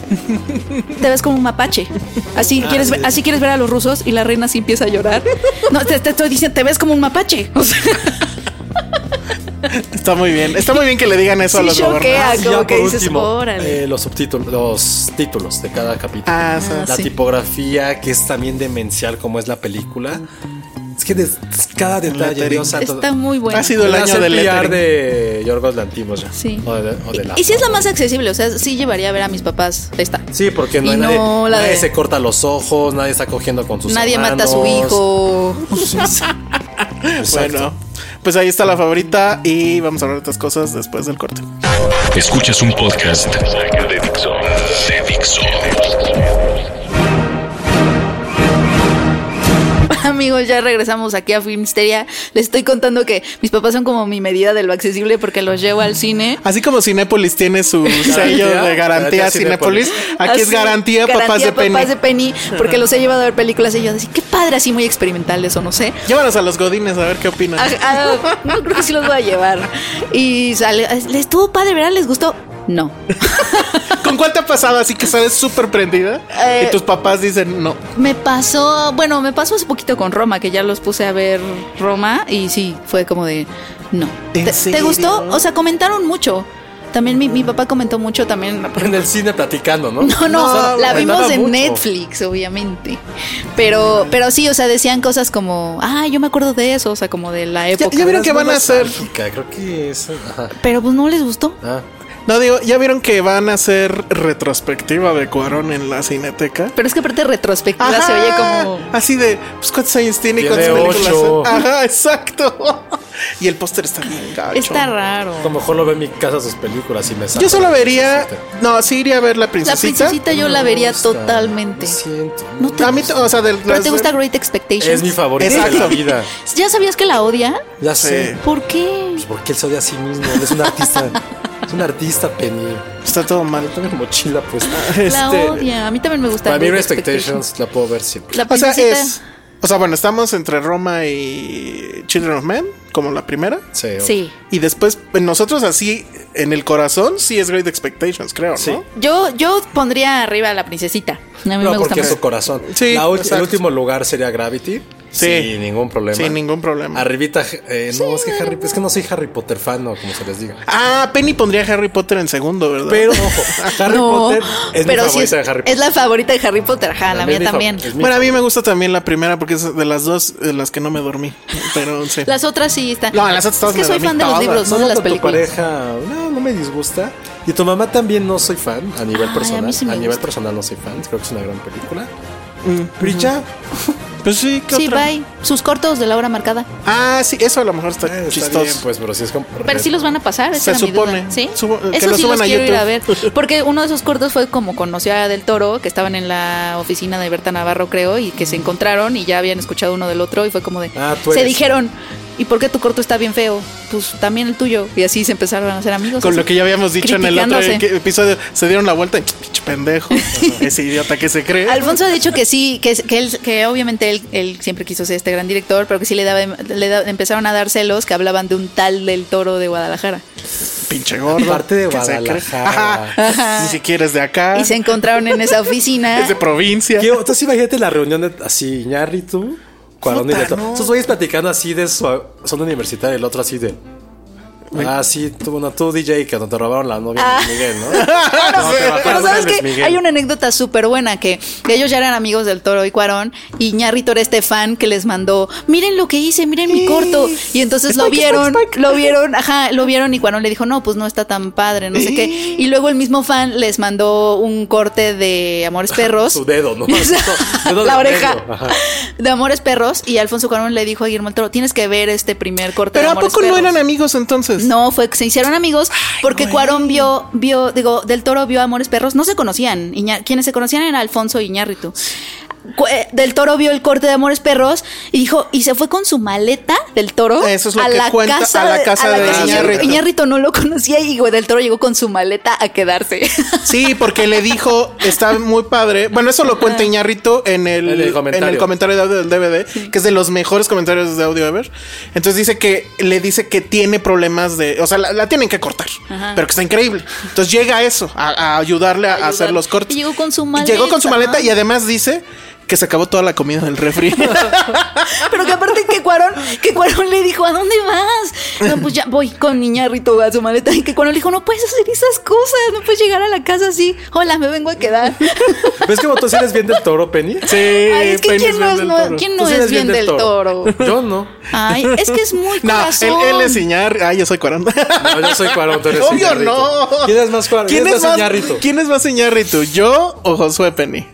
te ves como un mapache. Así, Ah, quieres, ver, así quieres ver a los rusos y la reina sí empieza a llorar. No, te, te estoy diciendo, te ves como un mapache. O sea, está muy bien, está muy bien que le digan eso a sí los choquea, gobernantes. Y como Ah, ya que por dices, último, órale. eh, los subtítulos, los títulos de cada capítulo. Ah, sí. la sí. tipografía, que es también demencial como es la película. Es que des- cada detalle, Lettering. Dios santo. Está muy bueno. Ha sido el Me año hace del pillar lettering. de Yorgos Lantimos ya. Sí. O de, o de la- Y, si es la más accesible, o sea, sí llevaría a ver a mis papás esta. Sí, porque no Y hay nadie, no la nadie de- se corta los ojos, nadie está cogiendo con sus pues, Nadie mata a su hermanos. hijo. Exacto. Bueno, pues ahí está la favorita y vamos a hablar de otras cosas después del corte. Escuchas un podcast de Dixo. De Dixo. Amigos, ya regresamos aquí a Filmsteria. Les estoy contando que mis papás son como mi medida de lo accesible porque los llevo al cine. Así como Cinépolis tiene su sello de garantía Garantía Cinépolis. Cinépolis, aquí es Así, garantía, papás de Penny. papás de Penny, porque los he llevado a ver películas y yo así, qué padre, así muy experimentales o no sé. Llévanos a los godines a ver qué opinan. Ah, ah, no creo que sí los voy a llevar. Y sale, les estuvo padre, ¿verdad? ¿Les gustó? No. ¿Con cuál te ha pasado así que sabes súper prendida? Eh, y tus papás dicen no. Me pasó, bueno, me pasó hace poquito con Roma, que ya los puse a ver Roma y sí, fue como de, no. ¿En ¿Te, te serio? gustó? O sea, comentaron mucho. También mi, mi papá comentó mucho también. En el cine platicando, ¿no? No, no, O sea, la comentaba vimos en mucho. Netflix, obviamente. Pero, pero sí, o sea, decían cosas como, ah, yo me acuerdo de eso, o sea, como de la Ya, época. ya vieron que van a hacer. Nostálgica, Creo que es. ajá. Pero pues no les gustó. Ah. No digo, ya vieron que van a hacer retrospectiva de Cuarón en la cineteca. Pero es que aparte retrospectiva se oye como. así de pues cuántos años tiene y Tiene cuántas películas. ocho. hace? Ajá, exacto. Y el póster está bien gacho. Está raro. A lo mejor lo ve en mi casa sus películas y me saca. Yo solo vería, La no, sí iría a ver la La princesita. princesita yo la vería totalmente. siento. No te a mí, o sea, del Pero te gusta Great Expectations. Es mi favorita de la Exacto. vida. ¿Ya sabías que la odia? Ya sé. ¿Por qué? Pues porque él se odia a sí mismo. Él es un artista. es un artista, Penny. Está todo mal. Tengo mi mochila puesta. La Este, odia. A mí también me gusta. Para mí, Great Expectations la puedo ver siempre. La O sea, princesita. es. O sea, bueno, estamos entre Roma y Children of Men, como la primera. Sí. Sí. Y después, en nosotros así, en el corazón, sí es Great Expectations, creo, ¿no? Sí. Yo, yo pondría arriba a la princesita. A mí No, me gusta porque es mucho. su corazón. Sí, La ulti- el exacto. último lugar sería Gravity. Sí. Sin ningún problema. Sin ningún problema. Arribita. eh, no, es que Harry, es que no soy Harry Potter fan o como se les diga. ah, Penny pondría a Harry Potter en segundo, ¿verdad? Pero ojo, Harry No, Potter es mi pero sí favorita es, de Harry es Potter. la favorita de Harry Potter, ajá, la, mía es mi también. favor- es mi bueno, a mí me gusta también la primera porque es de las dos de las que no me dormí. Pero sí. Las otras sí están. No, las Es otras que me soy dormí fan de los todas. libros, no de Solo las con tu películas. pareja, no, no me disgusta. Y tu mamá también no soy fan a nivel Ay, a personal. A, mí sí me nivel gusta. Mm. personal no soy fan, creo que es una gran película. Pero ya, eh, Pues sí, ¿qué Sí, otra? bye. Sus cortos de la hora marcada. Ah, sí, eso a lo mejor está, eh, está chistoso. bien, pues, pero sí es como. Pero sí los van a pasar, esa Se era mi duda. supone. ¿Sí? Subo- que Eso lo sí suban los a quiero ir a ver. YouTube. Porque uno de esos cortos fue como conoció a Del Toro, que estaban en la oficina de Berta Navarro, creo, y que se encontraron y ya habían escuchado uno del otro y fue como de... Ah, tú se eres. dijeron, ¿y por qué tu corto está bien feo? Pues también el tuyo. Y así se empezaron a hacer amigos. Con así, lo que ya habíamos dicho en el otro criticándose. que- episodio, se dieron la vuelta y "Pinche pendejo, ese idiota que se cree. Alfonso ha dicho que sí, que, que, él, que obviamente él, él siempre quiso ser este gran director, pero que sí le, daba, le da- empezaron a dar celos que hablaban de un tal del toro de Guadalajara. pinche gordo. Aparte de que se cree. Guadalajara. Ajá. Ni siquiera es de acá. Y se encontraron en esa oficina. Es de provincia. Tío, Entonces imagínate la reunión de así, Iñárritu, Cuarón y Puta, Leto. no. Esos güeyes platicando así de su. Son universitarios, el otro así de. Ah, sí, tú, no, tú DJ, que donde te robaron la novia Ah. de Luis Miguel, ¿no? no sé, te la pero paso, sabes Luis que Miguel. hay una anécdota súper buena que que ellos ya eran amigos del Toro y Cuarón y Ñarrito era este fan que les mandó, miren lo que hice, miren mi corto y entonces lo vieron, lo vieron, ajá, lo vieron y Cuarón le dijo, no, pues no está tan padre, no sé qué y luego el mismo fan les mandó un corte de Amores Perros. Su dedo, ¿no? Dedo de la oreja negro, ajá. de Amores Perros y Alfonso Cuarón le dijo a Guillermo del Toro, tienes que ver este primer corte Pero de ¿a Amores poco no Perros". eran amigos entonces? No, fue que se hicieron amigos porque güey. Cuarón vio, vio, digo, del Toro vio a Amores Perros, no se conocían. Iña- quienes se conocían eran Alfonso y Iñárritu. Cu- eh, Del Toro vio el corte de Amores Perros y dijo, y se fue con su maleta del Toro Eso es lo que cuenta, a la de- casa de Iñárritu. Iñárritu. Iñárritu no lo conocía y güey, del Toro llegó con su maleta a quedarse. Sí, porque le dijo, está muy padre. Bueno, eso lo cuenta Iñarrito en el, En el en comentario. el comentario de audio del DVD, que es de los mejores comentarios de audio ever. Entonces dice que le dice que tiene problemas de. O sea, la, la tienen que cortar, pero que está increíble. Entonces llega a eso, a, a ayudarle a, ayudar. hacer los cortes. Y llegó con su Y maleta, Llegó con su maleta ¿no? y además dice que se acabó toda la comida del refri. Pero que aparte que Cuarón, que Cuarón le dijo, ¿a dónde vas? No, pues ya voy con Iñárritu a su maleta. Y que Cuarón le dijo, no puedes hacer esas cosas, no puedes llegar a la casa así. Hola, me vengo a quedar. ¿Ves como tú sí eres bien del toro, Penny? sí, Ay, es que Penny ¿quién no bien es, del no- toro. quién Tú no sí es eres bien del toro? Yo no. Ay, es que es muy No, corazón. él, él es Iñar. Ay, yo soy Cuarón. No, yo soy Cuarón, tú eres Obvio Iñárritu. no. ¿Quién es más Cuarón? ¿Quién es más Iñárritu? ¿Quién es más Iñárritu? ¿Yo o Josué Penny?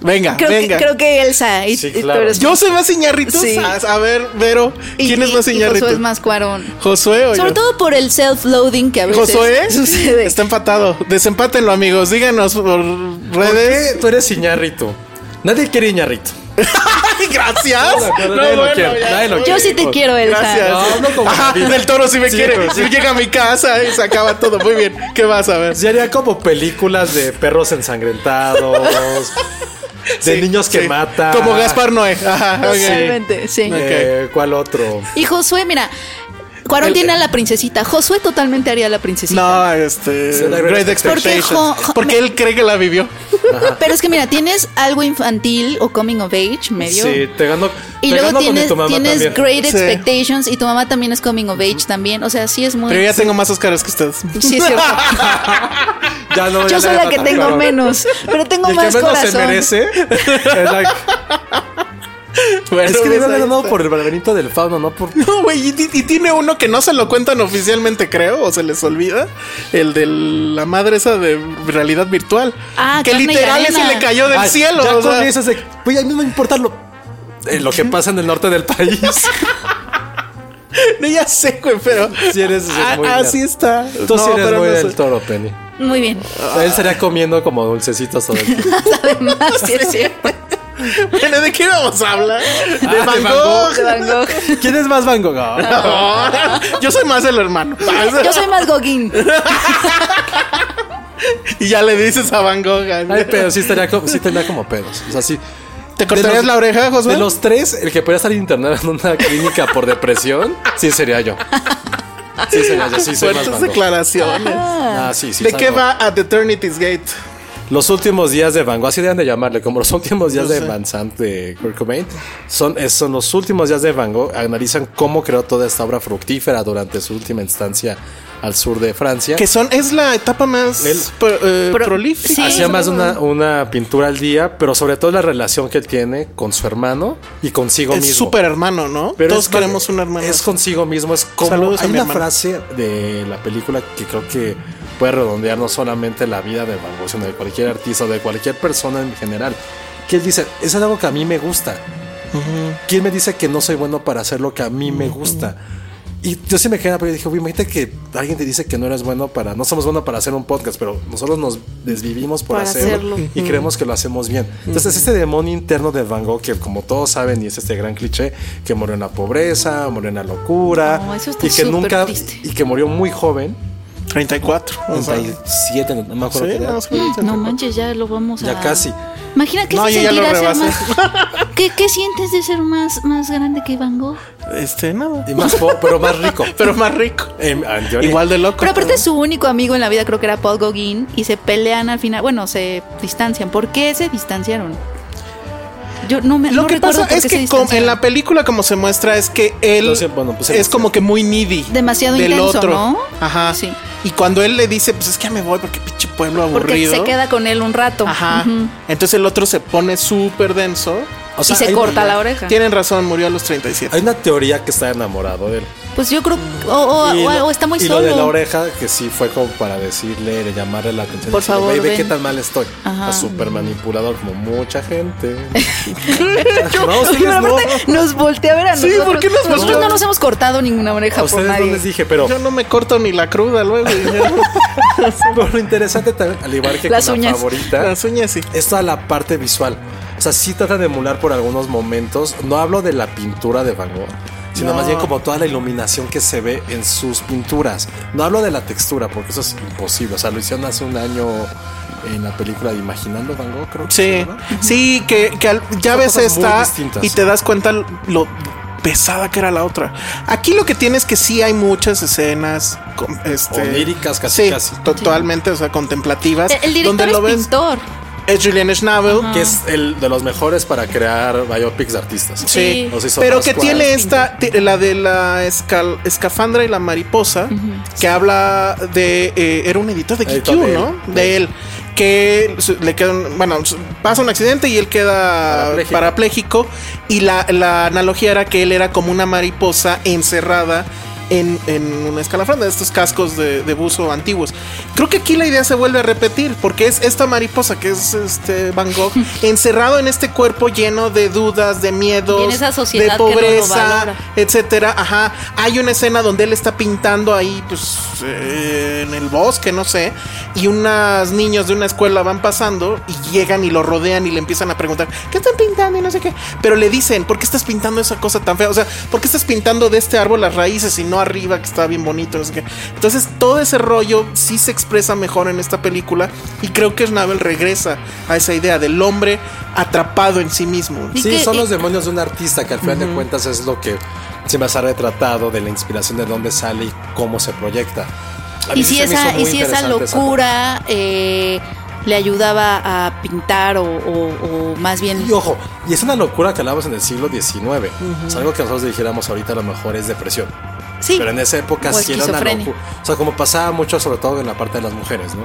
Venga, creo, venga. Que, creo que Elsa. Y, Sí, y tú claro. eres- Yo soy más Iñárritu. Sí. A, a ver, Vero, y- ¿quién es y- más y Josué Iñárritu? es más Cuarón. ¿Josué o Sobre yo? todo por el self-loading que a veces ¿Josué? sucede. Está empatado. Desempátenlo, amigos. Díganos por ¿Por qué redes. tú eres Iñarrito? Nadie quiere Iñarrito. Ay, gracias. No, de acuerdo, nadie lo quiere, ya. nadie lo quiere. Yo sí te quiero, Elsa. Gracias. No, no como Ajá, David. del toro sí me Sí, quiere. pero sí. Sí. Llega a mi casa y se acaba todo. Muy bien. ¿Qué vas a ver? Se haría como películas de perros ensangrentados, de Sí, niños que sí. matan. Como Gaspar Noé. Ajá, ok. Totalmente, sí. Eh, ¿Cuál otro? Y Josué, mira, Cuarón tiene a la princesita. Josué totalmente haría a la princesita. No, este. Sí, la Great Great Porque Expectations. jo- jo- Porque él cree que la vivió. Pero es que mira, tienes algo infantil o coming of age, medio. Sí, te gano. Y te luego gano con tienes, tu mamá tienes también. Great Sí. Expectations y tu mamá también es coming of age también. O sea, sí es muy... Pero yo ya tengo más Óscares que ustedes. Sí, es cierto. Ya no, Yo ya soy le la gano que tan tengo cabrón. menos, pero tengo Y el que más menos corazón. se merece. es la- Bueno, es que pues, debe haber ahí ganado está. por el laberinto del fauno, no por. No, güey, y, ti- y tiene uno que no se lo cuentan oficialmente, creo, o se les olvida. El de la madre esa de realidad virtual. Ah, que carne y literal arena. ese le cayó del Ay, cielo. Ah, Ya o con sea. eso es de. Güey, a mí no me importa lo, eh, lo que pasa en el norte del país. No, ya sé, güey, pero. Sí eres- eres Ah, muy nerd. así está. Tú sí eres pero muy no del sé. toro, Penny. Muy bien. Él estaría comiendo como dulcecitos todo el tiempo. Además, sí es cierto. Bueno, ¿de qué vamos a hablar? De Ah, de Van Van Gogh. de Van Gogh. ¿Quién es más Van Gogh? Ah, No, yo soy más el hermano. Yo soy más Gogin. Y ya le dices a Van Gogh. Ay, pero sí, estaría como, sí tenía como pedos. O sea, sí. ¿Te cortarías la oreja, Josué? De los tres, el que podría estar internado en una clínica por depresión, sí sería yo. Sí sería yo, sí soy más Fuertes Van Gogh. declaraciones. Ah, sí, sí, ¿De Van qué Gogh. va a The Eternity's Gate? Los últimos días de Van Gogh, así deben de llamarle, como los últimos días No de sé. Van Sant de Kurt Cobain, son, es- son los últimos días de Van Gogh, analizan cómo creó toda esta obra fructífera durante su última instancia al sur de Francia. Que son, es la etapa más El- pro- eh, Pro- prolífica. Sí. Hacía más de una, una pintura al día, pero sobre todo la relación que él tiene con su hermano y consigo Es mismo. súper hermano, ¿no? Pero Todos es- queremos un hermano. Es consigo mismo, es como. Saludos a hay mi una hermano. frase de la película que creo que puede redondear no solamente la vida de Van Gogh, sino de cualquier artista o de cualquier persona en general. Que él dice: Es algo que a mí me gusta. ¿Quién me dice que no soy bueno para hacer lo que a mí me gusta? Y yo sí me quedé, pero dije, "Uy, imagínate que alguien te dice que no eres bueno para, no somos buenos para hacer un podcast, pero nosotros nos desvivimos por Para hacerlo, hacerlo. y creemos que lo hacemos bien. Entonces, este demonio interno de Van Gogh, que como todos saben, y es este gran cliché, que murió en la pobreza, murió en la locura, No, eso está y que súper nunca, triste. y que murió muy joven, 34. o sea. 37, no me acuerdo Ah, Sí, qué edad. más o menos. No manches, ya lo vamos a... Ya casi. Imagina que No, se yo ya lo sentirá ser rebasé. más... ¿Qué, ¿Qué sientes de ser más, más grande que Van Gogh? Este, nada. Y más po- pero más rico. Pero más rico. Em, ah, yo- Igual de loco. Pero aparte su único amigo en la vida creo que era Paul Gauguin y se pelean al final, bueno, se distancian. ¿Por qué se distanciaron? Yo no me Lo no que recuerdo pasa por es qué se que com- en distanciaron. la película como se muestra es que él Entonces, bueno, pues, es entonces. como que muy needy. Demasiado del intenso, otro. ¿no? Ajá. Sí. Y cuando él le dice, pues es que ya me voy porque pinche pueblo porque aburrido. se queda con él un rato. Ajá. Ujú. Entonces el otro se pone súper denso. O y se hay- corta la oreja. Tienen razón, murió a los 37. Hay una teoría que está enamorado de él. Pues yo creo o, o- Y o- lo- o está muy y solo. lo de la oreja, que sí fue como para decirle, de llamarle la atención. Por diciendo, favor, "Güey, ve ven". qué tan mal estoy. Ajá. Está súper manipulador, como mucha gente. Yo- No, oye, ustedes pero aparte no. nos voltea a ver a Sí, nosotros. ¿por qué nos nosotros voltea? no nos hemos cortado ninguna oreja A por ustedes no nadie. les dije, pero Yo no me corto ni la cruda luego. y ya- pero lo interesante también, al igual que Las con uñas. la favorita, Las uñas sí. es toda la parte visual. O sea, sí trata de emular por algunos momentos. No hablo de la pintura de Van Gogh, sino No. más bien como toda la iluminación que se ve en sus pinturas. No hablo de la textura, porque eso es imposible. O sea, lo hicieron hace un año en la película de Imaginando Van Gogh, creo que se Sí, llama. sí, que, que al- ya Son ves cosas muy esta distintas. y te das cuenta lo pesada que era la otra. Aquí lo que tienes que sí hay muchas escenas con- este, Oníricas, casi, sí, casi. totalmente, o sea, contemplativas. El- El director es pintor. es Julian Schnabel, que es el de los mejores para crear biopics de artistas. Sí, Sí. Nos hizo pero que Pascual. tiene esta, ti- la de la escal- escafandra y la mariposa, que habla de, eh, era un editor de Editor GQ, de él. ¿no? De él, que su- le queda, un- bueno, su- pasa un accidente y él queda parapléjico, Parapléjico. y la, la analogía era que él era como una mariposa encerrada. En, en una escalafranda de estos cascos de, de buzo antiguos. Creo que aquí la idea se vuelve a repetir, porque es esta mariposa que es este Van Gogh, encerrado en este cuerpo lleno de dudas, de miedo, Y en dos, esa sociedad de que no lo pobreza, valora. etcétera. Ajá. Hay una escena donde él está pintando ahí, pues, eh, en el bosque, no sé, y unos niños de una escuela van pasando y llegan y lo rodean y le empiezan a preguntar qué están pintando y no sé qué. Pero le dicen, ¿por qué estás pintando esa cosa tan fea? O sea, ¿por qué estás pintando de este árbol las raíces y no arriba que está bien bonito? No sé qué. Entonces todo ese rollo sí se expresa mejor en esta película y creo que Schnabel regresa a esa idea del hombre atrapado en sí mismo. Y Sí, que- son y- los demonios de un artista que al final de cuentas es lo que se me ha retratado de la inspiración de dónde sale y cómo se proyecta. A mí Y si se me hizo esa, muy y si esa interesante esa locura eh, le ayudaba a pintar o, o- o más bien. parte. Y ojo, y es una locura que hablamos en el siglo XIX. Es algo que nosotros dijéramos ahorita a lo mejor es depresión. sí. Pero en esa época O sí era una esquizofrenia. locura. O sea, como pasaba mucho, sobre todo en la parte de las mujeres, ¿no?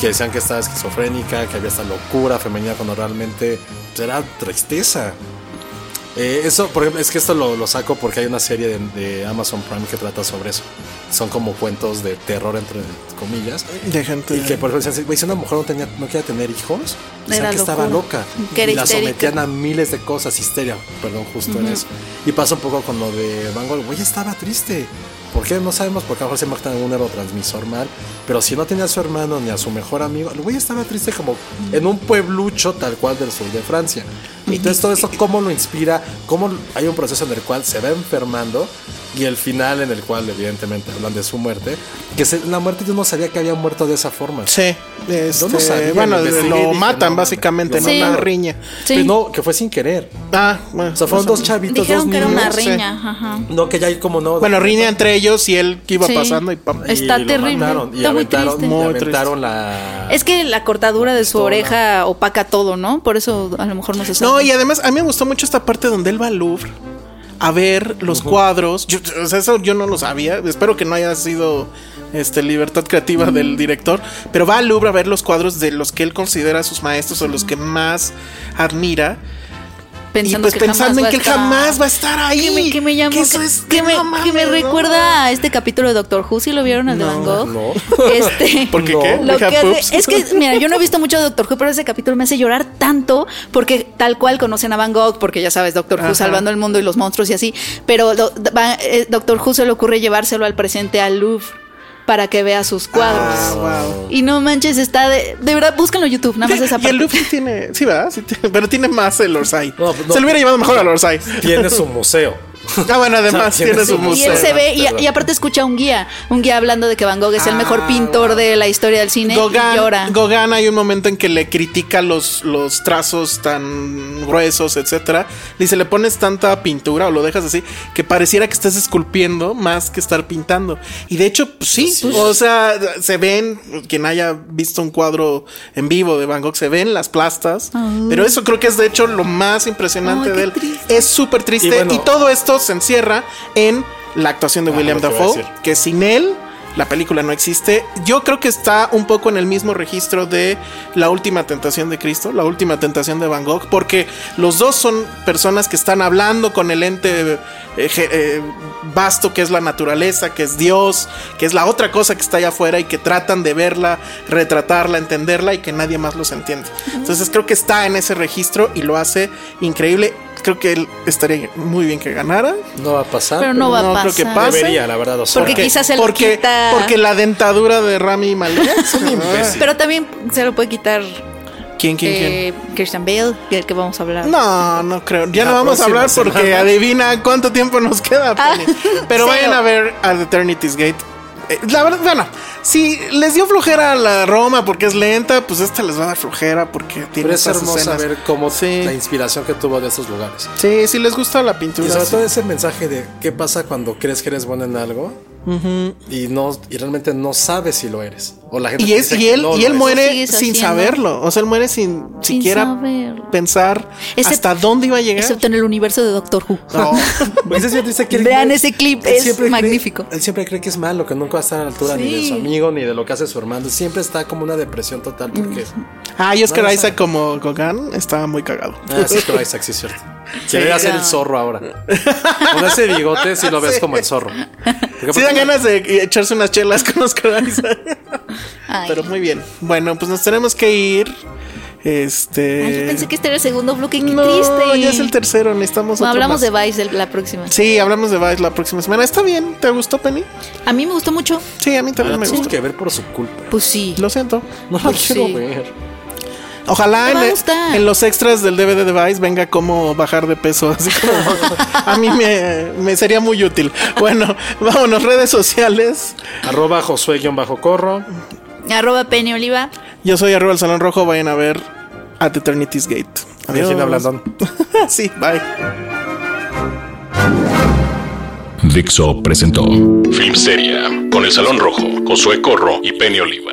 Que decían que estaba esquizofrénica, que había esta locura femenina cuando realmente pues, era tristeza. Eh, eso, por ejemplo, es que esto lo, lo saco porque hay una serie de, de Amazon Prime que trata sobre eso. Son como cuentos de terror, entre comillas. De gente. Y que por ejemplo decían, güey, si una mujer no, tenía, no quería tener hijos, decían Era que estaba loca. locura. Que era y la histérica. sometían a miles de cosas, histeria, perdón, justo en eso. Y pasa un poco con lo de Van Gogh, güey, estaba triste. ¿Por qué? No sabemos, porque a lo mejor se matan un neurotransmisor mal. Pero si no tenía a su hermano ni a su mejor amigo, el güey estaba triste como en un pueblucho tal cual del sur de Francia. Entonces todo esto, ¿cómo lo inspira? ¿Cómo hay un proceso en el cual se va enfermando? Y el final en el cual evidentemente hablan de su muerte. Que se- la muerte yo no sabía que había muerto de esa forma. Sí, este, Yo no sabía, bueno, lo lo, investigué y dije, matan no, básicamente, lo ¿no? Una mataron. riña. Sí. Pero no, que fue sin querer. Ah, bueno. O sea, fueron dos chavitos, Pues, Dijeron dos que era niños. una no sé. riña. ajá. No, que ya hay como no. Bueno, riña entre ellos y él que iba Sí. pasando y pam. Es- Está lo terrible, mataron y está muy aventaron, triste. y Muy aventaron la. Es que la cortadura de su Pistola. oreja opaca todo, ¿no? Por eso a lo mejor no se sabe. No, y además a mí me gustó mucho esta parte donde él va al Louvre a ver los cuadros. Yo- o sea, eso yo no lo sabía. Espero que no haya sido este, libertad creativa Mm. del director. Pero va al Louvre a ver los cuadros de los que él considera sus maestros o los que más admira. y pues jamás pensando en va a que él estar- jamás va a estar ahí. Que me, que me llamó- Que eso que- es- que me, no mames, que me no. recuerda a este capítulo de Doctor Who, si lo vieron al de Van Gogh. no. Este, ¿Por qué qué? Lo ¿Eh? ¿Deja que hace- poops? es que, mira, yo no he visto mucho Doctor Who, pero ese capítulo me hace llorar tanto porque tal cual conocen a Van Gogh, porque ya sabes, Doctor Ajá. Who salvando el mundo y los monstruos y así, pero do- va- eh, Doctor Who se le ocurre llevárselo al presente al Louvre para que vea sus Ah, cuadros. wow. Y no manches, está de, de verdad, búscalo en YouTube, nada más esa Y el parte. Luffy tiene. Sí, ¿verdad? Sí tiene- pero tiene más el Orsay. No, pues, no. Se lo hubiera llevado mejor al Orsay. Tiene su museo. Ah, bueno, además Sí, tiene sí, su sí, Y museo. él se ve y, Perdón. y aparte escucha un guía, un guía hablando de que Van Gogh es el Ah, mejor pintor wow. de la historia del cine y llora. Gauguin, Gauguin hay un momento en que le critica los, los trazos tan gruesos, etcétera. Le dice, le pones tanta pintura o lo dejas así que pareciera que estás esculpiendo más que estar pintando. Y de hecho, pues, sí, o sea, se ven, quien haya visto un cuadro en vivo de Van Gogh, se ven las plastas. Pero eso creo que es de hecho lo más impresionante Ay, qué de él. triste. Es súper triste y, Y bueno- todo esto se encierra en la actuación de Ah, William lo que iba a Dafoe, decir. que sin él la película no existe. Yo creo que está un poco en el mismo registro de La Última Tentación de Cristo, La Última Tentación de Van Gogh, porque los dos son personas que están hablando con el ente eh, ge- eh, vasto que es la naturaleza, que es Dios, que es la otra cosa que está allá afuera y que tratan de verla, retratarla, entenderla y que nadie más los entiende. Entonces creo que está en ese registro y lo hace increíble. Creo que él estaría muy bien que ganara. No va a pasar. Pero no va a no pasar. creo que pase. Debería, la verdad. O sea, Porque que- quizás se lo porque, quita. Porque la dentadura de Rami Malek es un imbécil. Pero también se lo puede quitar ¿Quién, quién, quién? eh, Christian Bale, del que vamos a hablar. No, no creo. Ya La no vamos a próxima hablar porque semana. adivina cuánto tiempo nos queda. Ah, Penny. Pero vayan cero. a ver a The Eternity's Gate. Eh, La verdad, bueno, si les dio flojera a la Roma porque es lenta, pues esta les va a dar flojera porque tiene Pero es esas hermoso escenas. ver cómo Sí. la inspiración que tuvo de esos lugares. Sí, si les gusta la Y pintura. sobre sí. todo ese mensaje de qué pasa cuando crees que eres bueno en algo y no y realmente no sabes si lo eres. O la gente Y, te es, dice y que él, no y lo él eres. muere sigues sin haciendo. saberlo. O sea, él muere sin, Sin siquiera saberlo. pensar Except- hasta dónde iba a llegar. Excepto en el universo de Doctor Who. No. Pues es bien triste que él Vean cree- ese clip, él es siempre cree- magnífico. él siempre cree que es malo, que nunca va a estar a la altura ni de Sí. su amigo ni de lo que hace su hermano. Siempre está como una depresión total porque Ah, y Oscar No lo Isaac como Gauguin estaba muy cagado. Ah, sí, pero Isaac, sí, es cierto. Quería hacer no. el zorro ahora. Con ese bigote sí lo ves como el zorro. Porque Sí dan aparte- ganas de echarse unas chelas con Oscar Isaac. Ay. Pero muy bien. Bueno, pues nos tenemos que ir. Este. Ay, yo pensé que este era el segundo bloque, qué no, triste. ya es el tercero. Necesitamos. No, otro hablamos más. de Vice el- la próxima. Sí, hablamos de Vice la próxima semana. Está bien. ¿Te gustó, Penny? A mí me gustó mucho. Sí, a mí Ah, también me tenemos gustó. que ver por su culpa. Pues sí. Lo siento. No la Pues quiero sí. ver. Ojalá Te va a en, gustar. en los extras del DVD de Vice venga cómo bajar de peso. Así como a mí me, me sería muy útil. Bueno, vámonos. Redes sociales. Arroba Josué-corro. Arroba Penny Oliva. Yo soy arroba el salón rojo, vayan a ver At Eternity's Gate. Adiós. Virginia Blandón. sí, bye. Dixo presentó Film Seria con El Salón Rojo, Josué Corro y Penny Oliva.